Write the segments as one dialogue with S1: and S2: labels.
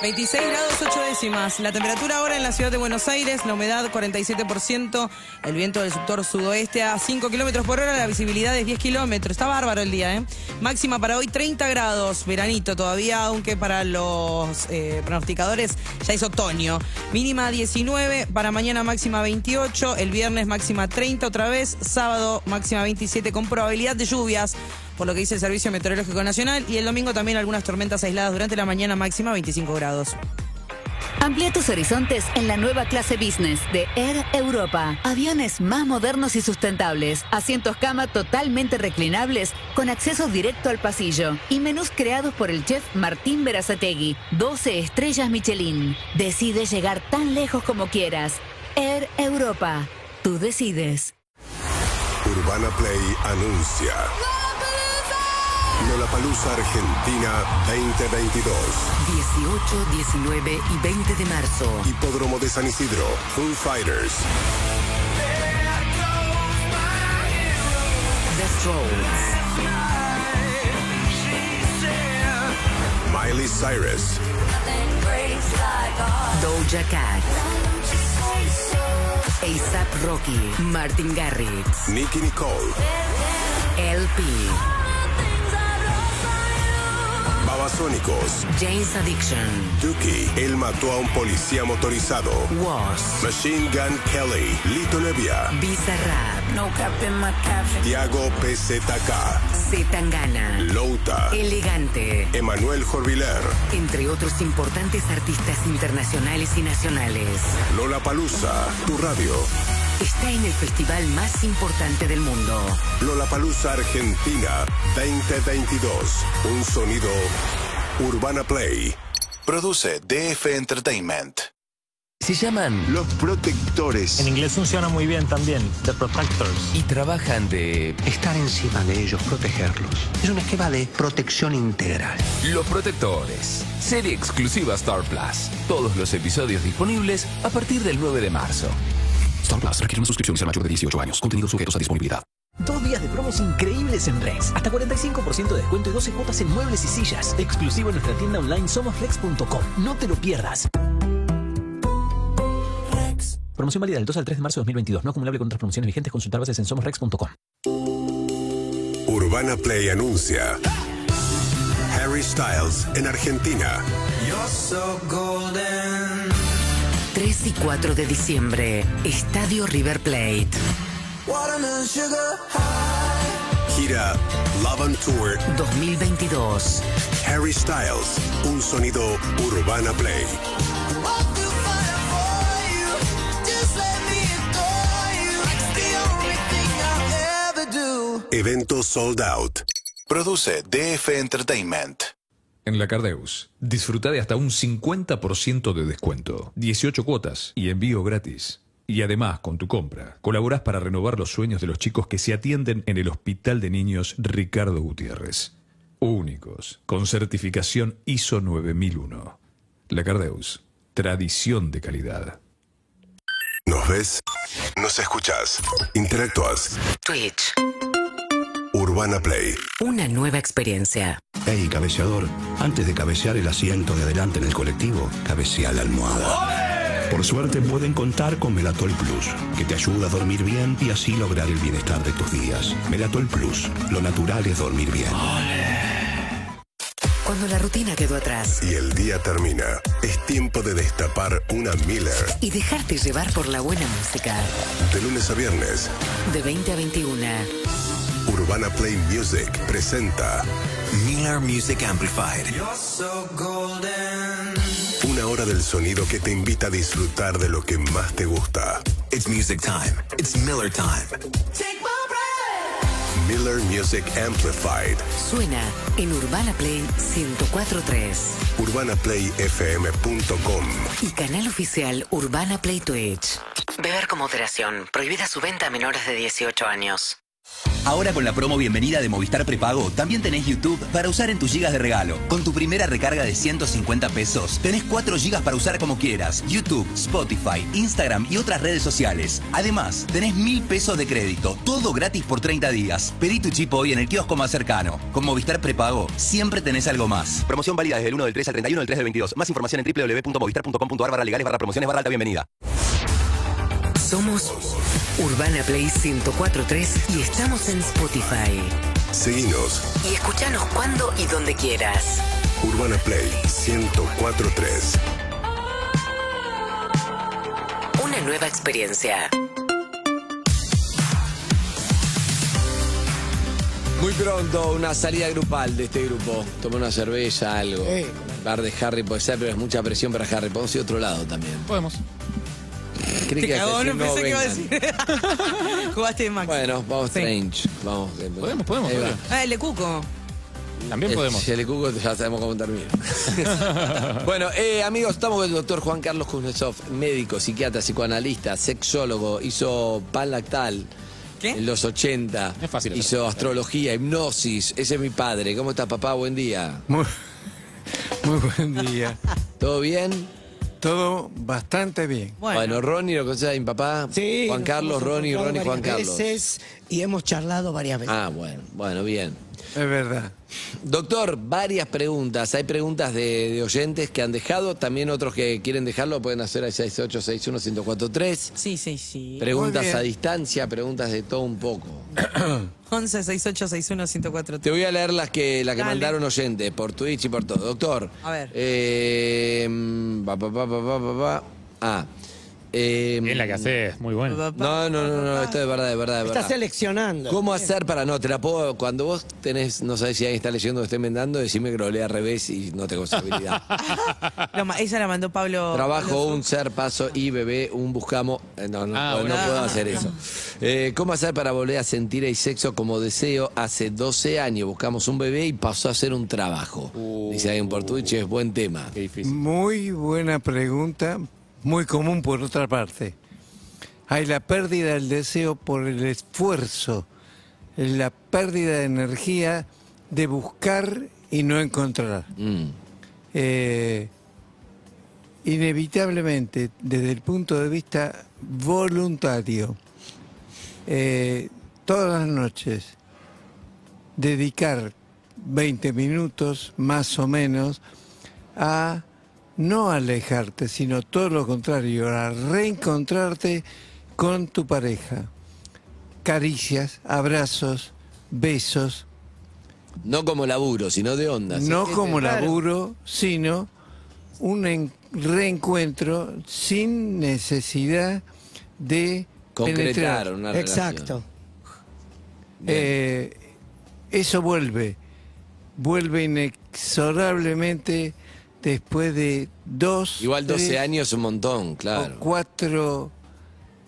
S1: 26 grados 8 décimas. La temperatura ahora en la ciudad de Buenos Aires, la humedad 47%, el viento del sector sudoeste a 5 kilómetros por hora, la visibilidad es 10 kilómetros. Está bárbaro el día, ¿eh? Máxima para hoy 30 grados, veranito todavía, aunque para los eh, pronosticadores ya es otoño. Mínima 19, para mañana máxima 28, el viernes máxima 30 otra vez, sábado máxima 27 con probabilidad de lluvias por lo que dice el Servicio Meteorológico Nacional, y el domingo también algunas tormentas aisladas durante la mañana máxima 25 grados.
S2: Amplía tus horizontes en la nueva clase business de Air Europa. Aviones más modernos y sustentables, asientos cama totalmente reclinables con acceso directo al pasillo y menús creados por el chef Martín Berazategui, 12 estrellas Michelin. Decide llegar tan lejos como quieras. Air Europa, tú decides.
S3: Urbana Play anuncia. Lollapalooza Argentina 2022.
S4: 18, 19 y 20 de marzo.
S3: Hipódromo de San Isidro. Foo Fighters.
S4: The Strokes.
S3: Miley Cyrus.
S4: Doja Cat. ASAP Rocky. Martin Garrix.
S3: Nicky Nicole.
S4: LP.
S3: Babasónicos.
S4: James Addiction.
S3: Duki. Él mató a un policía motorizado.
S4: Was.
S3: Machine Gun Kelly. Lito Nevia.
S4: Bizarrap. No cap in my caption.
S3: Tiago PZK.
S4: Zetangana.
S3: Louta.
S4: Elegante.
S3: Emanuel Jorviler.
S4: Entre otros importantes artistas internacionales y nacionales.
S3: Lola Palusa. Tu radio.
S4: Está en el festival más importante del mundo.
S3: Lollapalooza Argentina 2022. Un sonido Urbana Play.
S5: Produce DF Entertainment.
S6: Se llaman
S7: Los protectores.
S8: En inglés funciona muy bien también, The Protectors.
S6: y trabajan de
S9: Estar encima de ellos, protegerlos. Es un esquema de protección integral.
S6: Los Protectores. Serie exclusiva Star Plus. Todos los episodios disponibles a partir del 9 de marzo. Star Plus requiere una suscripción y ser mayor de 18 años. Contenidos sujetos a disponibilidad.
S10: Dos días de promos increíbles en Rex. Hasta 45% de descuento y 12 cuotas en muebles y sillas. Exclusivo en nuestra tienda online somosrex.com. No te lo pierdas. Promoción válida del 2 al 3 de marzo de 2022. No acumulable con otras promociones vigentes. Consultar bases en somosrex.com.
S3: Urbana Play anuncia. Harry Styles en Argentina.
S4: 3 y 4 de diciembre. Estadio River Plate.
S3: Gira Love and Tour
S4: 2022.
S3: Harry Styles. Un sonido Urbana Play. Evento sold out.
S5: Produce DF Entertainment.
S11: En la Cardeus, disfruta de hasta un 50% de descuento, 18 cuotas y envío gratis. Y además, con tu compra, colaborás para renovar los sueños de los chicos que se atienden en el Hospital de Niños Ricardo Gutiérrez. Únicos, con certificación ISO 9001. La Cardeus, tradición de calidad.
S3: ¿Nos ves? ¿Nos escuchas? Interactúas.
S12: Twitch.
S3: Urbana Play.
S4: Una nueva experiencia.
S7: Hey, cabeceador, antes de cabecear el asiento de adelante en el colectivo, cabecea la almohada. Por suerte pueden contar con Melatol Plus, que te ayuda a dormir bien y así lograr el bienestar de tus días. Melatol Plus, lo natural es dormir bien.
S4: Cuando la rutina quedó atrás
S3: Y el día termina. Es tiempo de destapar una Miller.
S4: y dejarte llevar por la buena música.
S3: De lunes a viernes,
S4: De 20 a 21.
S3: Urbana Play Music presenta
S9: Miller Music Amplified.
S3: una hora del sonido que te invita a disfrutar de lo que más te gusta.
S9: It's music time. It's Miller time.
S3: Miller Music Amplified.
S4: Suena en Urbana Play 1043
S3: UrbanaPlayFM.com.
S4: y canal oficial Urbana Play Twitch.
S12: Beber con moderación. Prohibida su venta a menores de 18 años.
S13: Ahora con la promo bienvenida de Movistar Prepago, también tenés YouTube para usar en tus gigas de regalo. Con tu primera recarga de 150 pesos, tenés 4 gigas para usar como quieras. YouTube, Spotify, Instagram y otras redes sociales. Además, tenés 1000 pesos de crédito, todo gratis por 30 días. Pedí tu chip hoy en el kiosco más cercano. Con Movistar Prepago, siempre tenés algo más.
S14: Promoción válida desde el 1 del 3 al 31 del 3 del 22. Más información en www.movistar.com.ar barra legales barra promociones barra alta bienvenida.
S4: Somos Urbana Play 104.3 y estamos en Spotify.
S3: Seguinos.
S4: Y escúchanos cuando y donde quieras.
S3: Urbana Play 1043.
S4: Una nueva experiencia.
S15: Muy pronto una salida grupal de este grupo. Toma una cerveza, algo. Bar de Harry puede ser, pero es mucha presión para Harry. Podemos ir a otro lado también.
S16: Podemos.
S15: Creí
S1: Te
S15: ibas a
S1: cagó, no
S15: decir,
S1: pensé que iba a
S15: vengan.
S1: decir. Jugaste de Max.
S15: Bueno, vamos Strange. Vamos. eh, Podemos, podemos.
S1: Ah, el de Cuco.
S15: También
S16: podemos.
S15: Eh, Si el cuco ya sabemos cómo termina. bueno, eh, amigos, estamos con el doctor Juan Carlos Kuznetsov, médico, psiquiatra, psicoanalista, sexólogo, hizo pan lactal. En los 80. Hizo astrología, hipnosis. Ese es mi padre. ¿Cómo estás, papá? Buen día.
S17: Muy, muy buen día.
S15: ¿Todo bien?
S17: Todo bastante bien.
S15: Bueno, Ronnie, lo conoces a mi papá.
S18: Sí,
S15: Juan
S18: nos
S15: Carlos,
S18: hemos
S15: Ronnie,
S18: encontrado
S15: Ronnie, Juan
S18: varias
S15: Carlos.
S18: veces y hemos charlado varias veces.
S15: Ah, bueno, bueno, bien. Es verdad. Doctor, varias preguntas. Hay preguntas de, de oyentes que han dejado, también otros que quieren dejarlo pueden hacer al 6861-1043.
S1: Sí, sí, sí.
S15: Preguntas
S1: Muy bien.
S15: a distancia, preguntas de todo un poco.
S1: 11 68 61 104.
S15: Te voy a leer las que, las que
S1: Dale.
S15: mandaron oyentes por Twitch y por todo. Doctor.
S1: A ver.
S15: eh, mm, pa, pa, pa, pa, pa, pa, pa. Ah. es la que haces, muy bueno. No, no, no, no, esto es verdad, es verdad, es
S18: Está
S15: verdad.
S18: seleccionando.
S15: ¿Cómo hacer para no? Te la puedo. Cuando vos tenés, no sabés si alguien está leyendo o está inventando, decime que lo lea al revés y no tengo seguridad.
S1: Ah, No, ma- ella la mandó Pablo.
S15: Trabajo,
S1: Pablo
S15: un ser, paso y bebé, un buscamos. Eh, No, no,
S1: Ah,
S15: puedo- no
S1: bueno.
S15: puedo hacer eso. Eh, ¿Cómo hacer para volver a sentir el sexo como deseo? Hace 12 años buscamos un bebé y pasó a ser un trabajo.
S1: Uh.
S15: Dice alguien por Twitch, es buen tema.
S17: Muy buena pregunta, muy común por otra parte. Hay la pérdida del deseo por el esfuerzo, la pérdida de energía de buscar y no encontrar.
S15: Mm.
S17: Eh, inevitablemente, desde el punto de vista voluntario, eh, todas las noches, dedicar 20 minutos más o menos a no alejarte, sino todo lo contrario, a reencontrarte con tu pareja. Caricias, abrazos, besos,
S15: No como laburo, sino de onda.
S17: no
S15: ¿sí?
S17: como
S15: Claro.
S17: laburo, sino un en- reencuentro sin necesidad de
S15: Concretar
S17: penetrar.
S15: una relación. Exacto.
S17: Eh, eso vuelve, vuelve inexorablemente después de dos,
S15: Igual 12
S17: tres
S15: años es un montón, claro.
S17: o cuatro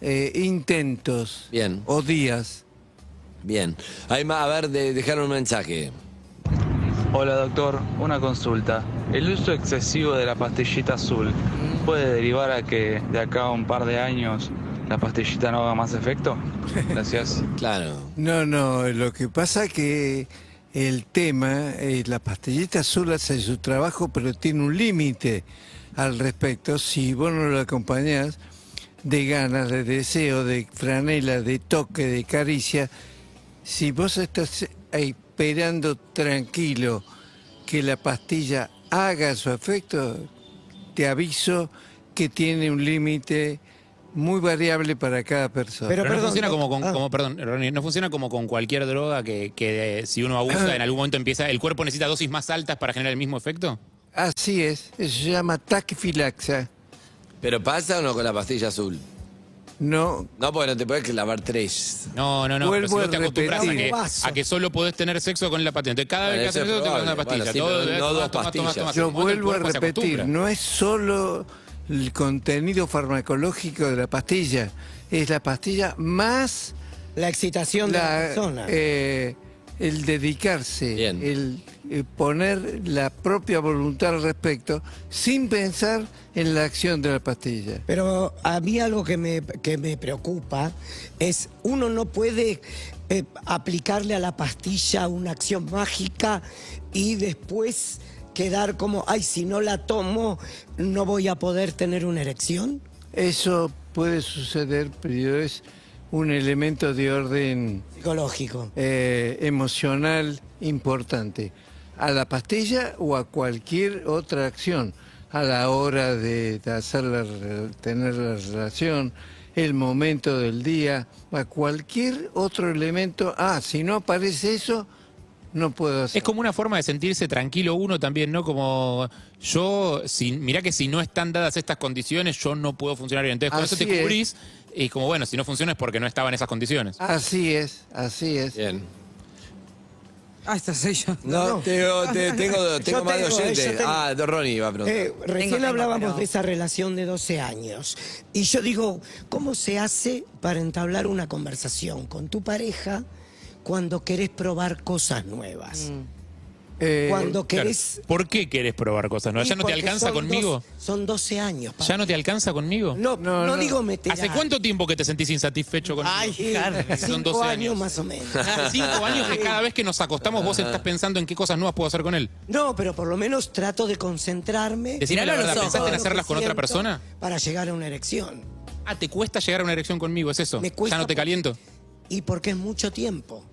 S17: eh, intentos
S15: Bien.
S17: o días.
S15: Bien. Hay más, a ver, de- dejaron un mensaje.
S19: Hola doctor, una consulta. El uso excesivo de la pastillita azul puede derivar a que de acá a un par de años la pastillita no haga más efecto. Gracias.
S15: Claro.
S17: No, no, lo que pasa que el tema, eh, la pastillita azul hace su trabajo, pero tiene un límite al respecto. Si vos no lo acompañás de ganas, de deseo, de franela, de toque, de caricia, si vos estás eh, esperando tranquilo que la pastilla haga su efecto, te aviso que tiene un límite muy variable para cada persona.
S16: Pero, no funciona como, con, como- perdón, Ronnie, no funciona como con cualquier droga que, que, eh, si uno abusa en algún momento empieza, el cuerpo necesita dosis más altas para generar el mismo efecto.
S17: Así es, eso se llama taquifilaxia.
S15: ¿Pero pasa o no con la pastilla azul?
S17: No,
S15: No, porque no te puedes clavar tres.
S16: No, no, no. pero
S15: Vuelvo
S16: si vos te
S15: a
S16: acostumbras a
S15: repetir.
S16: que, a que solo podés tener sexo con la patente. Cada
S15: Bueno,
S16: vez que
S15: eso
S16: haces
S15: es
S16: eso, te pones una
S15: probable.
S16: pastilla.
S15: Bueno,
S16: Todo,
S15: sí, pero
S16: eh,
S15: no
S16: tomás,
S15: dos
S16: tomás, tomás,
S15: pastillas.
S16: tomás.
S17: Yo
S16: En un momento el
S17: vuelvo a
S16: cuerpo se
S17: repetir,
S16: acostumbra.
S17: no es solo el contenido farmacológico de la pastilla, es la pastilla más
S18: La excitación de la persona.
S17: eh, el dedicarse, el eh, poner la propia voluntad al respecto, sin pensar en la acción de la pastilla.
S18: Pero a mí algo que me, que me preocupa es uno no puede eh, aplicarle a la pastilla una acción mágica y después quedar como, ay, si no la tomo, no voy a poder tener una erección.
S17: Eso puede suceder, pero es un elemento de orden
S18: psicológico,
S17: eh, emocional importante. A la pastilla o a cualquier otra acción, a la hora de hacer la re- tener la relación, el momento del día, a cualquier otro elemento. Ah, si no aparece eso, no puedo hacer.
S16: Es como una forma de sentirse tranquilo uno también, ¿no? Como yo, si, mirá que si no están dadas estas condiciones, yo no puedo funcionar bien. Entonces, con eso
S17: Así
S16: te
S17: es.
S16: cubrís y como, bueno, si no funciona es porque no estaba en esas condiciones.
S17: Así es, así es.
S15: Bien.
S1: Ah, esta soy yo.
S15: No, Tengo, te- tengo,
S18: Yo
S15: tengo más de
S18: tengo,
S15: oyentes.
S18: yo tengo.
S15: Ah, don Ronnie va a preguntar.
S18: Eh, recién hablábamos de esa relación de 12 años. Y yo digo, ¿cómo se hace para entablar una conversación con tu pareja cuando querés probar cosas nuevas? Cuando
S16: Eh, Claro.
S18: querés...
S16: ¿Por qué querés probar cosas nuevas? ¿Ya
S18: Y
S16: no te
S18: porque
S16: alcanza
S18: son
S16: conmigo?
S18: dos- son 12 años. pa-
S16: ¿Ya no te alcanza conmigo?
S18: No, no no. digo meterá.
S16: ¿Hace cuánto tiempo que te sentís insatisfecho conmigo?
S18: Ay,
S16: Si son
S18: cinco
S16: 12
S18: años
S16: años.
S18: más o menos.
S16: Hace cinco años que cada vez que nos acostamos vos
S18: Ajá.
S16: estás pensando en qué cosas nuevas puedo hacer con él.
S18: No, pero por lo menos trato de concentrarme.
S16: Decime
S18: Miralo
S16: la
S18: a
S16: verdad,
S18: los
S16: ¿pensaste en
S18: ojos.
S16: hacerlas con otra
S18: Siento
S16: persona?
S18: Para llegar a una erección.
S16: Ah, te cuesta llegar a una erección conmigo, es eso.
S18: Me cuesta
S16: ya no te caliento.
S18: Y porque es mucho tiempo.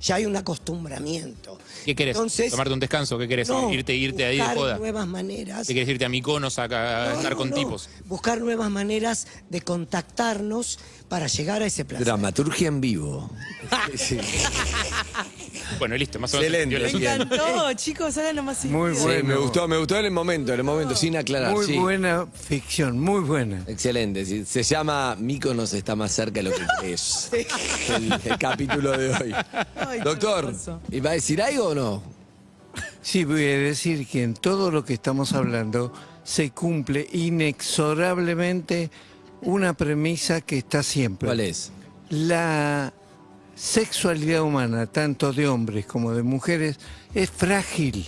S18: Ya hay un acostumbramiento.
S16: ¿Qué querés?
S18: Entonces-
S16: ¿Tomarte un descanso? ¿Qué querés?
S18: No,
S16: irte, irte ahí de
S18: buscar
S16: joda.
S18: nuevas maneras.
S16: Si querés irte a Miconos a, a
S18: No,
S16: estar
S18: no,
S16: con
S18: no.
S16: tipos.
S18: Buscar nuevas maneras de contactarnos para llegar a ese placer.
S15: Dramaturgia en vivo. Sí.
S16: Bueno, listo, más o menos.
S15: Excelente.
S16: entendió el
S15: Me
S16: asunto.
S1: No, chicos, háganlo más seguido.
S15: Sí, me gustó, me gustó en el momento, en el momento, sin aclarar.
S17: Muy
S15: sí.
S17: buena ficción, muy buena.
S15: Excelente. sí. Se llama Míconos está más cerca de lo que crees. El, el capítulo de hoy. Doctor, ¿iba a decir algo o no?
S17: Sí, voy a decir que en todo lo que estamos hablando se cumple inexorablemente una premisa que está siempre. ¿Cuál
S15: es?
S17: La sexualidad humana, tanto de hombres como de mujeres, es frágil,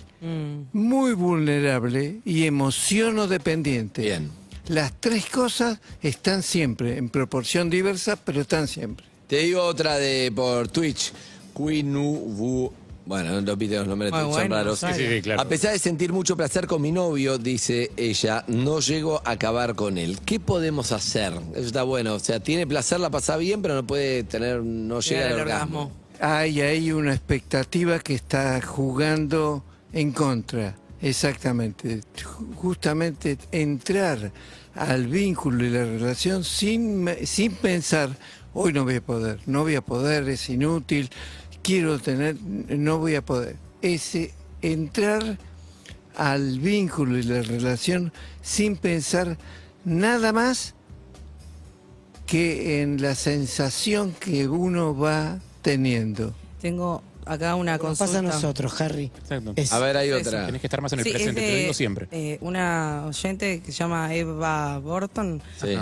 S17: muy vulnerable y emociono dependiente. Este, Las tres cosas están siempre, en proporción diversa, pero están siempre.
S15: Te digo otra de por Twitch. Quinubu. Bueno, no lo piten los nombres,
S17: Muy
S15: son
S17: bueno,
S15: raros.
S17: Sí, sí, sí, claro.
S15: A pesar de sentir mucho placer con mi novio, dice ella, no llego a acabar con él. ¿Qué podemos hacer? Eso está bueno. O sea, tiene placer, la pasa bien, pero no puede tener, no llega al orgasmo.
S17: Hay ahí una expectativa que está jugando en contra. Exactamente. Ju- Justamente entrar al vínculo y la relación sin, me- sin pensar, hoy no voy a poder, no voy a poder, es inútil, quiero tener, no voy a poder. Ese entrar al vínculo y la relación sin pensar nada más que en la sensación que uno va teniendo.
S1: Tengo acá una
S18: Nos
S1: consulta.
S18: pasa a nosotros, Harry. Es-
S15: A ver, hay
S18: es-
S15: otra.
S16: Tenés que estar más en el
S1: Sí, es
S16: presente, te
S1: de,
S16: lo digo siempre.
S1: eh, una oyente que se llama Eva Borton,
S15: Sí.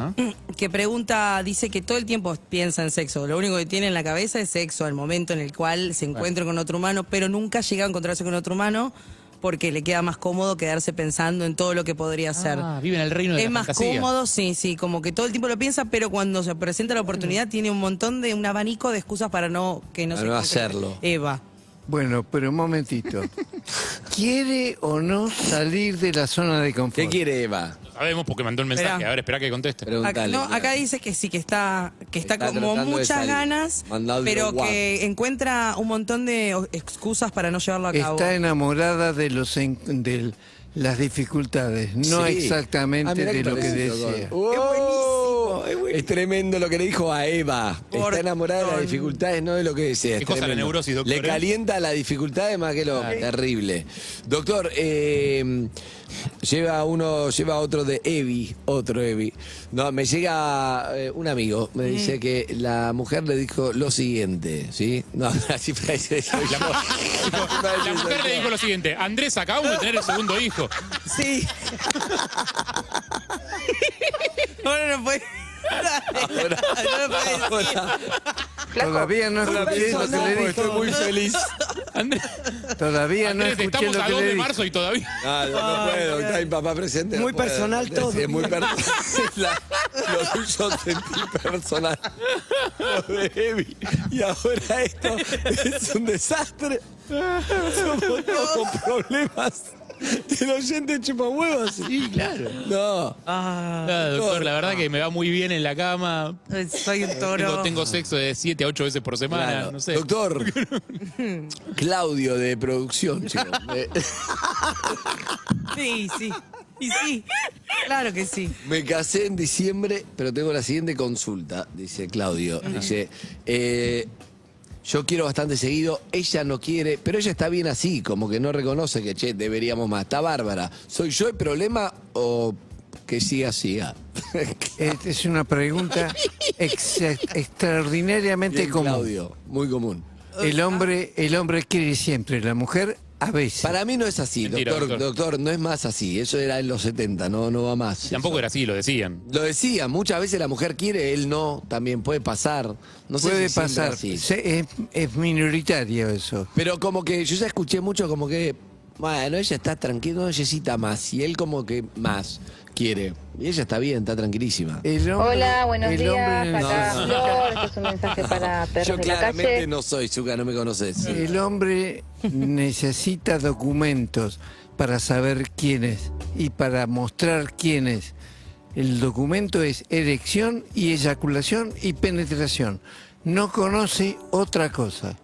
S1: que pregunta, dice que todo el tiempo piensa en sexo. Lo único que tiene en la cabeza es sexo, al momento en el cual se encuentra con otro humano, pero nunca llega a encontrarse con otro humano porque le queda más cómodo quedarse pensando en todo lo que podría hacer.
S16: Ah, vive en el reino de
S1: es
S16: la
S1: más
S16: fantasía.
S1: cómodo, sí, sí, como que todo el tiempo lo piensa, pero cuando se presenta la oportunidad tiene un montón de, un abanico de excusas para no, que no
S17: Para
S1: se
S17: no
S1: concrete.
S17: hacerlo.
S1: Eva.
S17: Bueno, pero un momentito. ¿Quiere o no salir de la zona de confort? ¿Qué
S15: quiere Eva?
S16: Sabemos porque mandó el mensaje.
S1: Esperá.
S16: A ver, espera que conteste.
S1: Acá, no, acá dice que sí, que está, que está,
S16: Está
S1: como
S16: tratando de
S1: muchas
S16: salir.
S1: ganas,
S16: Mandado
S1: pero
S17: guapo.
S1: que encuentra un montón de o- excusas para no llevarlo a cabo.
S17: Está enamorada de los en- de las dificultades, no
S15: Sí. Ah,
S17: exactamente
S15: mirá
S17: de
S15: qué
S17: lo que
S15: parecido,
S17: desea.
S15: Gordon. ¡Oh! es, tremendo lo que le dijo a Eva. Está enamorada de las dificultades, no de lo que desea.
S16: Qué
S15: Es
S16: cosa la
S15: tremendo.
S16: neurosis, doctor,
S15: Le
S16: ¿eh?
S15: calienta las dificultades más que lo
S16: Claro.
S15: terrible. Doctor, eh, lleva uno, lleva otro de Evi, otro Evi. No, me llega eh, un amigo, me dice que la mujer le dijo lo siguiente, ¿sí? No, así parece. soy yo.
S16: La mujer le dijo lo siguiente: Andrés, acabamos de tener el segundo hijo.
S1: Sí. Ahora no puede. no lo puede decir.
S17: Todavía no
S1: Flaco,
S17: escuché lo que le
S1: sonamos,
S18: pues,
S17: dijo.
S1: estoy muy feliz.
S17: Todavía no
S16: Andrés,
S17: escuché
S16: estamos
S17: lo
S16: a
S17: que
S16: 2
S17: le
S16: de
S17: dije.
S16: marzo y todavía.
S15: Ah, No, no, no puedo, está mi papá presente. no
S18: Muy
S15: puedo.
S18: personal todo.
S15: Sí, muy personal. Lo suyo sentí personal. Lo de Evi. Y ahora esto es un desastre. Somos todos con problemas. El oyente chupa huevos.
S16: Sí, claro.
S15: No.
S16: Ah, doctor, la verdad que me va muy bien en la cama.
S1: Soy un toro.
S16: Tengo, tengo sexo de 7 a 8 veces por semana.
S15: Claro.
S16: No sé.
S15: Doctor, Claudio de producción, chicos. Me,
S1: Sí, sí. Y sí. Claro que sí.
S15: me casé en diciembre, pero tengo la siguiente consulta, dice Claudio. Dice, eh, yo quiero bastante seguido, ella no quiere, pero ella está bien así, como que no reconoce que, che, deberíamos más. Está bárbara. ¿Soy yo el problema o que siga, Ah. siga?
S17: Esta es una pregunta ex- extraordinariamente
S15: Bien,
S17: común.
S15: Claudio, muy común.
S17: El hombre, el hombre quiere siempre, la mujer a veces.
S15: Para mí no es así,
S16: Mentira,
S15: doctor, doctor.
S16: doctor.
S15: no es más así. Eso era en los 70, no, no va más.
S16: Tampoco era así, lo decían.
S15: Lo decía, muchas veces la mujer quiere, él no, también puede pasar. No sé
S17: Puede
S15: si siempre
S17: pasar.
S15: así.
S17: Se- es, es minoritario eso.
S15: Pero como que yo ya escuché mucho como que, bueno, ella está tranquila, no necesita más. Y él como que más quiere. Y ella está bien, está tranquilísima.
S17: El hombre-
S20: Hola, buenos
S17: el
S20: días.
S17: hombre-
S20: Acá
S15: No.
S20: Flor, este es un mensaje para perros
S15: Yo
S20: de la
S15: claramente
S20: calle.
S15: no soy, Zuka, no me conoces.
S17: El hombre necesita documentos para saber quién es y para mostrar quién es. El documento es erección y eyaculación y penetración. No conoce otra cosa.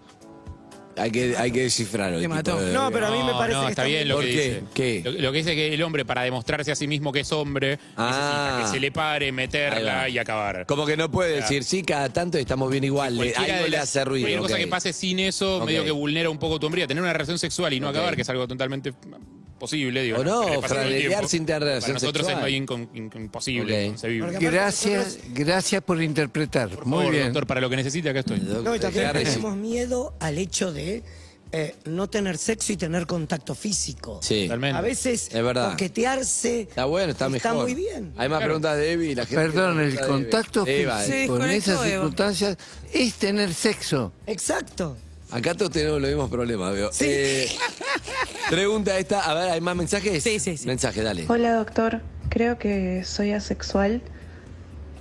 S15: Hay que, hay que descifrarlo. el tipo de-
S18: No, pero a mí me parece
S16: no,
S18: que
S16: está
S18: está
S16: bien
S18: muy-
S16: lo
S15: ¿Por
S16: que
S15: qué?
S16: dice.
S15: ¿Qué?
S16: Lo, lo que dice que el hombre, para demostrarse a sí mismo que es hombre,
S15: Ah.
S16: necesita que se le pare, meterla y acabar.
S15: Como que no puede
S16: Claro.
S15: decir, sí, cada tanto estamos bien igual. le-
S16: Cualquiera
S15: Algo
S16: de
S15: le
S16: las-
S15: hace
S16: cualquier
S15: ruido.
S16: cosa
S15: ok.
S16: que pase sin eso,
S15: Ok.
S16: medio que vulnera un poco tu hombría. Tener una relación sexual y no
S15: Ok.
S16: acabar, que es algo totalmente posible, digo.
S15: O no,
S16: Que le pasa todo el
S15: franelear
S16: tiempo.
S15: sin tener
S16: Para
S15: relación
S16: nosotros
S15: sexual.
S16: es medio incon- in- imposible,
S15: Ok.
S16: inconcebible.
S17: Gracias, gracias por interpretar.
S16: Por
S17: Muy
S16: favor,
S17: bien.
S16: doctor, para lo que necesite, acá estoy.
S18: No, y también
S15: Harry, sí.
S18: tenemos miedo al hecho de eh, no tener sexo y tener contacto físico.
S15: Sí.
S18: A veces
S15: Es verdad.
S18: coquetearse
S15: Está bueno, está mejor.
S18: Está muy bien.
S15: Hay más
S18: Claro.
S15: preguntas de Evi. La gente
S17: Perdón, el contacto
S15: eh,
S17: físico en esas
S15: circunstancias.
S17: circunstancias es tener sexo.
S18: Exacto.
S15: Acá todos tenemos los mismos problemas, veo. Eh, pregunta esta, a ver, ¿hay más mensajes? Sí, sí, sí. Mensaje, dale.
S20: Hola, doctor. Creo que soy asexual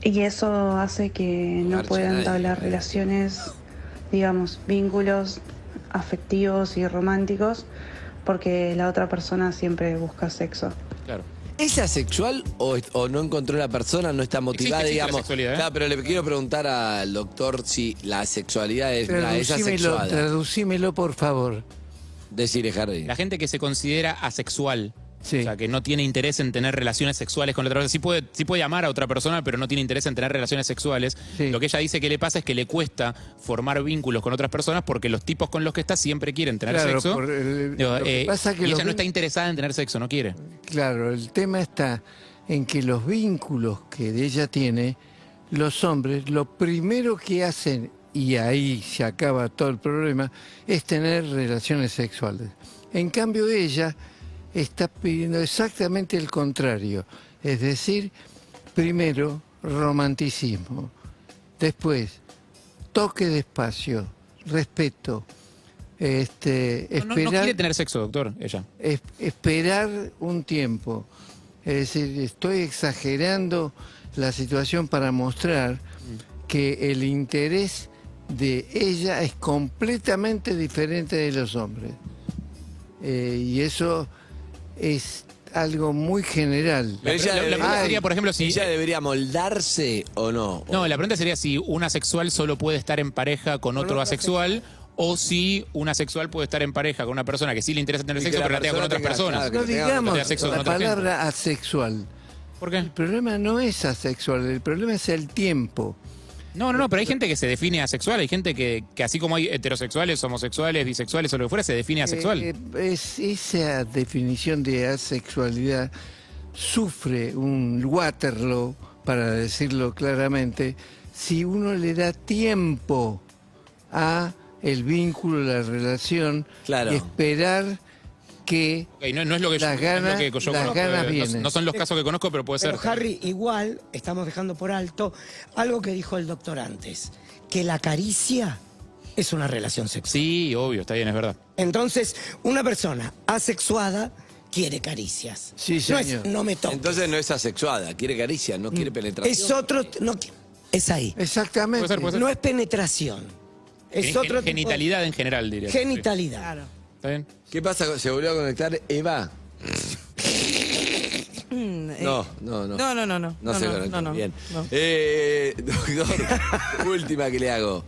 S20: y eso hace que no
S15: Garcha,
S20: pueda
S15: nadie,
S20: entablar relaciones, digamos, vínculos afectivos y románticos porque la otra persona siempre busca sexo.
S16: Claro.
S15: ¿Es asexual o, es- o no encontró la persona, no está
S16: Existe,
S15: motivada,
S16: existe la
S15: digamos?
S16: sexualidad, ¿eh?
S15: Claro, pero le quiero preguntar al doctor si la sexualidad es, la, es
S17: Traducímelo,
S15: asexual.
S17: traducímelo, por favor.
S15: Decirle, Harry.
S16: La gente que se considera asexual.
S17: Sí.
S16: O sea, que no tiene interés en tener relaciones sexuales con la otra persona. Sí puede, sí puede amar a otra persona, pero no tiene interés en tener relaciones sexuales. Lo que ella dice que le pasa es que le cuesta formar vínculos con otras personas porque los tipos con los que está siempre quieren tener
S17: Claro,
S16: sexo.
S17: por el-
S16: Digo,
S17: lo que
S16: eh,
S17: pasa que
S16: y
S17: los
S16: ella no
S17: vin-
S16: está interesada en tener sexo, no quiere.
S17: Claro, el tema está en que los vínculos que ella tiene, los hombres, lo primero que hacen, y ahí se acaba todo el problema, es tener relaciones sexuales. En cambio, ella está pidiendo exactamente el contrario, es decir, primero romanticismo, después toque despacio, respeto, este,
S16: No, no- no
S17: esperar-
S16: quiere tener sexo, doctor, ella.
S17: es- esperar un tiempo. Es decir, estoy exagerando la situación para mostrar que el interés de ella es completamente diferente de los hombres. Eh, y eso es algo muy general.
S15: Pero ella
S16: La- la
S15: debería-
S16: pregunta sería, por ejemplo, si-
S15: ¿Ella debería moldarse o no?
S16: No, la pregunta sería si un asexual solo puede estar en pareja con otro asexual o si un asexual puede estar en pareja con una persona que sí le interesa tener
S15: Y que
S16: sexo,
S15: la
S16: pero relatea con
S15: persona
S16: otras
S15: tenga-
S16: personas.
S15: claro, que
S17: No
S15: tenga-
S17: digamos
S16: tenga sexo con
S17: la
S16: otra gente.
S17: palabra asexual.
S16: ¿Por qué?
S17: El problema no es asexual, el problema es el tiempo.
S16: No, no, no, pero hay gente que se define asexual, hay gente que, que así como hay heterosexuales, homosexuales, bisexuales o lo que fuera, se define asexual.
S17: Eh, es, esa definición de asexualidad sufre un Waterloo, para decirlo claramente, si uno le da tiempo a el vínculo, la relación,
S15: Claro.
S17: y esperar que
S16: Ok, no, no es lo que yo,
S17: Las
S16: no es lo
S17: ganas-
S16: que yo
S17: las
S16: conozco,
S17: ganas
S16: eh, no-
S17: vienen.
S16: no son los casos que conozco, pero puede ser.
S18: Pero Harry, igual estamos dejando por alto algo que dijo el doctor antes, que la caricia es una relación sexual.
S16: Sí, obvio, está bien, es verdad.
S18: Entonces, una persona asexuada quiere caricias. no, es, no me toques. Mm.
S15: Entonces no es asexuada, quiere caricia, no quiere penetración.
S18: Es otro. No, qui- es ahí.
S17: Exactamente.
S16: Puede ser, puede ser.
S18: No es penetración. Es
S16: Gen-
S18: otro. tipo de-
S16: genitalidad en general, diría. yo, sí.
S18: Genitalidad.
S16: ¿Está bien?
S15: ¿Qué pasa? ¿Se volvió a conectar Eva? No, no, no.
S1: Mm, eh, No, no, no, no.
S15: No, se conectó.
S1: no, no,
S15: Bien.
S1: no.
S15: Eh, doctor, última que le hago.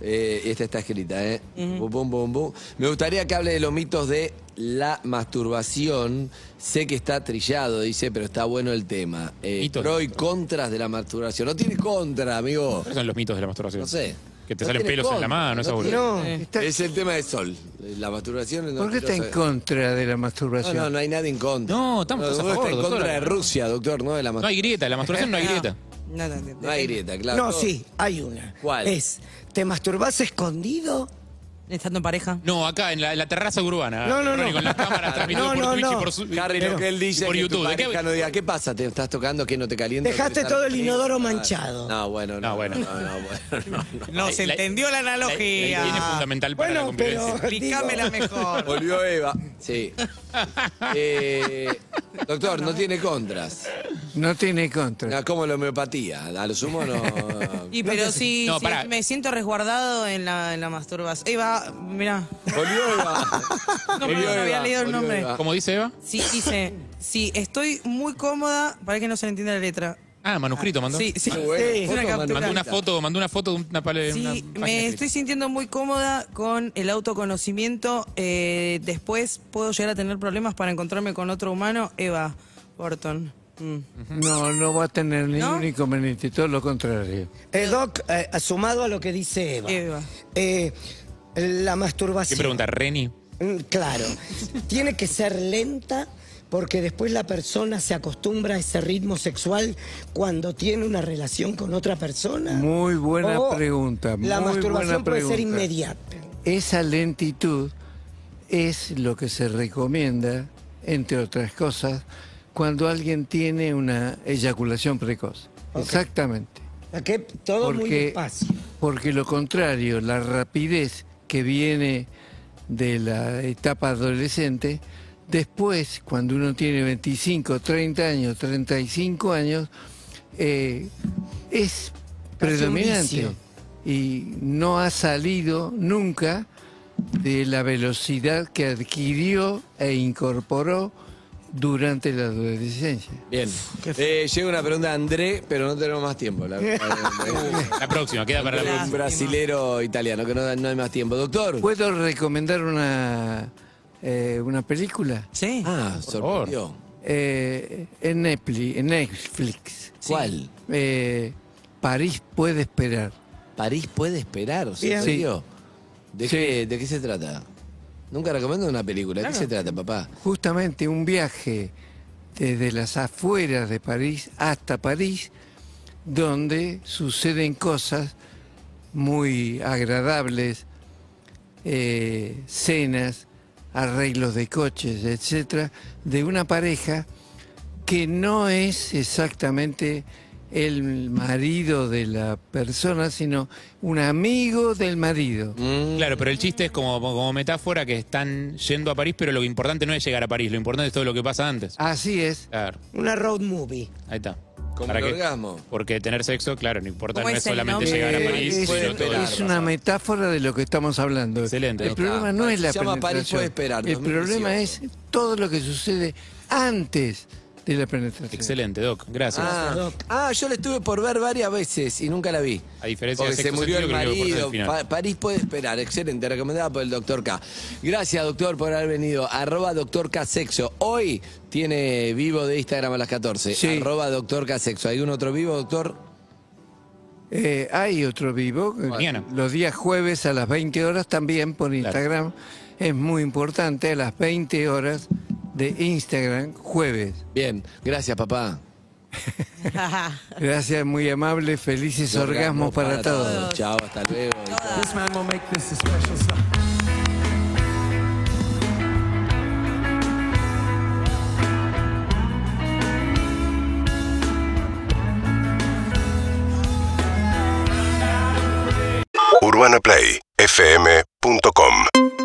S15: Eh, esta está escrita, ¿eh? Bum, bum, bum, bum. Me gustaría que hable de los mitos de la masturbación. Sé que está trillado, dice, pero está bueno el tema. Eh, pro y contras de la masturbación. No tiene contra, amigo.
S16: ¿Cuáles son los mitos de la masturbación?
S15: No sé.
S16: Que te
S15: No
S16: salen
S15: tiene
S16: pelos en la
S15: contra,
S16: mano, esa
S15: tiene-
S16: boludez.
S17: No,
S15: Es el tema de sol. La masturbación. no-
S17: ¿Por qué
S15: no
S17: está en
S15: sé.
S17: contra de la
S15: No,
S17: masturbación?
S15: no, no hay nadie en contra.
S16: No, estamos todos a
S15: uno
S16: favor,
S15: está en
S16: doctor.
S15: contra de Rusia, doctor, no de la
S16: No hay grieta, en la masturbación no hay grieta.
S1: No, no, no.
S15: No hay grieta, claro.
S18: No,
S15: Todo-
S18: sí, hay una.
S15: ¿Cuál?
S18: Es, ¿te masturbás escondido?
S1: Estando en pareja.
S16: No, acá en la, en la terraza urbana.
S18: No, no, no.
S16: Ronnie, Con las cámaras transmitidas
S18: No,
S16: por
S18: no,
S16: Twitch y
S18: no.
S16: por su-
S15: Harry, lo
S16: pero-
S15: que él dice
S16: y por
S15: que tu
S16: YouTube. ¿De qué-
S15: pareja no diga, ¿qué pasa? ¿Te estás tocando? ¿Qué no te calienta?
S18: Dejaste
S15: ¿Te
S18: todo el
S15: sale-
S18: inodoro
S15: Ah,
S18: manchado.
S15: No, bueno, no, bueno, no, no, bueno, no, no.
S1: No, se entendió la analogía.
S16: La higiene es fundamental para la
S18: Bueno, pero-
S16: convivencia.
S1: Explícamela mejor.
S15: Volvió Eva. Sí. Eh, doctor, no tiene contras.
S17: No tiene contra.
S15: No, como la homeopatía. A lo sumo no.
S1: Y pero si,
S16: No,
S1: si
S16: pará.
S1: me siento resguardado en la, en la masturbación. Eva, mirá.
S15: Volvió Eva.
S1: No, perdón,
S15: Volvió
S1: había
S15: Eva,
S1: leído el
S15: volvió
S1: nombre.
S15: Eva.
S16: ¿Cómo dice Eva?
S1: Sí, dice, sí, estoy muy cómoda, para que no se le entienda la letra.
S16: Ah, manuscrito mandó.
S1: Sí, sí,
S15: Qué bueno.
S1: sí,
S15: Foto
S1: una captura.
S16: Mandó una foto, mandó una foto de una pale- una
S1: Sí,
S16: página
S1: me
S16: escrita.
S1: estoy sintiendo muy cómoda con el autoconocimiento. eh, después puedo llegar a tener problemas para encontrarme con otro humano. Eva Orton. Mm.
S17: No, no va a tener ningún inconveniente, todo lo contrario.
S18: Eh, Doc, eh, sumado a lo que dice Eva.
S1: Eva.
S18: eh, la
S16: ¿Qué
S18: masturbación.
S16: pregunta? ¿Reni?
S18: Mm, Claro. Tiene que ser lenta porque después la persona se acostumbra a ese ritmo sexual cuando tiene una relación con otra persona.
S17: Muy buena
S18: O
S17: pregunta.
S18: Oh, La
S17: muy
S18: masturbación
S17: buena
S18: puede ser
S17: pregunta.
S18: inmediata.
S17: Esa lentitud es lo que se recomienda, entre otras cosas, cuando alguien tiene una eyaculación precoz. Exactamente.
S18: Aquí todo muy
S17: Porque-
S18: despacio.
S17: Porque lo contrario, la rapidez que viene de la etapa adolescente, después, cuando uno tiene 25, 30 años, 35 años, eh,
S18: Casi
S17: es
S18: un
S17: predominante
S18: vicio.
S17: y no ha salido nunca de la velocidad que adquirió e incorporó durante la adolescencia.
S15: Bien. Eh, llega una pregunta de André, pero no tenemos más tiempo. La,
S16: La próxima, queda para la próxima.
S15: un brasilero italiano, que no, da- no hay más tiempo. Doctor.
S17: ¿Puedo recomendar una, eh, una película?
S1: Sí.
S15: Ah,
S16: favor.
S15: sorprendió.
S17: Eh, en Netflix. En Netflix.
S15: ¿Cuál?
S17: Eh, París puede esperar.
S15: París puede esperar, ¿en
S17: Bien.
S15: serio? ¿De, qué, de qué se trata? Nunca recomiendo una película. ¿De qué se trata, papá?
S17: Justamente un viaje desde las afueras de París hasta París, donde suceden cosas muy agradables, eh, cenas, arreglos de coches, etcétera, de una pareja que no es exactamente el marido de la persona, sino un amigo del marido.
S15: Mm.
S16: Claro, pero el chiste es como, como metáfora que están yendo a París, pero lo importante no es llegar a París, lo importante es todo lo que pasa antes.
S17: Así es.
S16: Claro,
S18: Una road movie.
S16: ahí está.
S15: Como
S16: ¿Para
S15: el
S16: qué?
S15: orgasmo.
S16: Porque tener sexo, claro, no importa,
S1: ¿Cómo
S16: no
S1: es
S16: es
S1: el
S16: solamente
S1: nombre?
S16: llegar a París,
S17: Eh, es,
S16: sino todo.
S17: es una metáfora de lo que estamos hablando.
S16: Excelente,
S17: El
S16: ahí
S17: problema
S15: está.
S17: no es la
S15: Ah, Se llama París
S17: penetración.
S15: puede esperar,
S17: El problema
S15: 2018.
S17: es todo lo que sucede antes de la penetración.
S16: Excelente, Doc, gracias.
S15: Ah, ah, yo la estuve por ver varias veces y nunca la vi.
S16: a diferencia de
S15: Porque se
S16: sexo
S15: murió el
S16: sentido, creo que lo importante es
S15: marido.
S16: el final.
S15: Pa- París puede esperar. Excelente. Recomendada por el doctor K. Gracias, doctor, por haber venido. Arroba doctor K sexo. Hoy tiene vivo de Instagram a las 14.
S17: Sí.
S15: Arroba doctor K sexo. ¿Hay un otro vivo, doctor?
S17: Eh, hay otro vivo, eh,
S16: Mañana.
S17: los días jueves a las 20 horas también por Instagram. Es muy importante, a las 20 horas de Instagram, jueves.
S15: Bien. Gracias, papá.
S17: Gracias, muy amable, felices orgasmos, para, todos.
S15: Chao, hasta luego.
S1: This
S15: man will make this a special
S3: UrbanaPlay fm.com.